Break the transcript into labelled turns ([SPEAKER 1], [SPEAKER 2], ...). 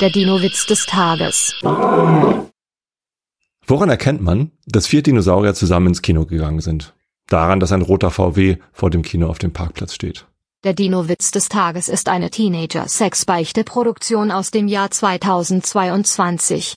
[SPEAKER 1] Der Dino-Witz des Tages.
[SPEAKER 2] Woran erkennt man, dass vier Dinosaurier zusammen ins Kino gegangen sind? Daran, dass ein roter VW vor dem Kino auf dem Parkplatz steht.
[SPEAKER 1] Der Dino-Witz des Tages ist eine Teenager-Sex-Beichte-Produktion aus dem Jahr 2022.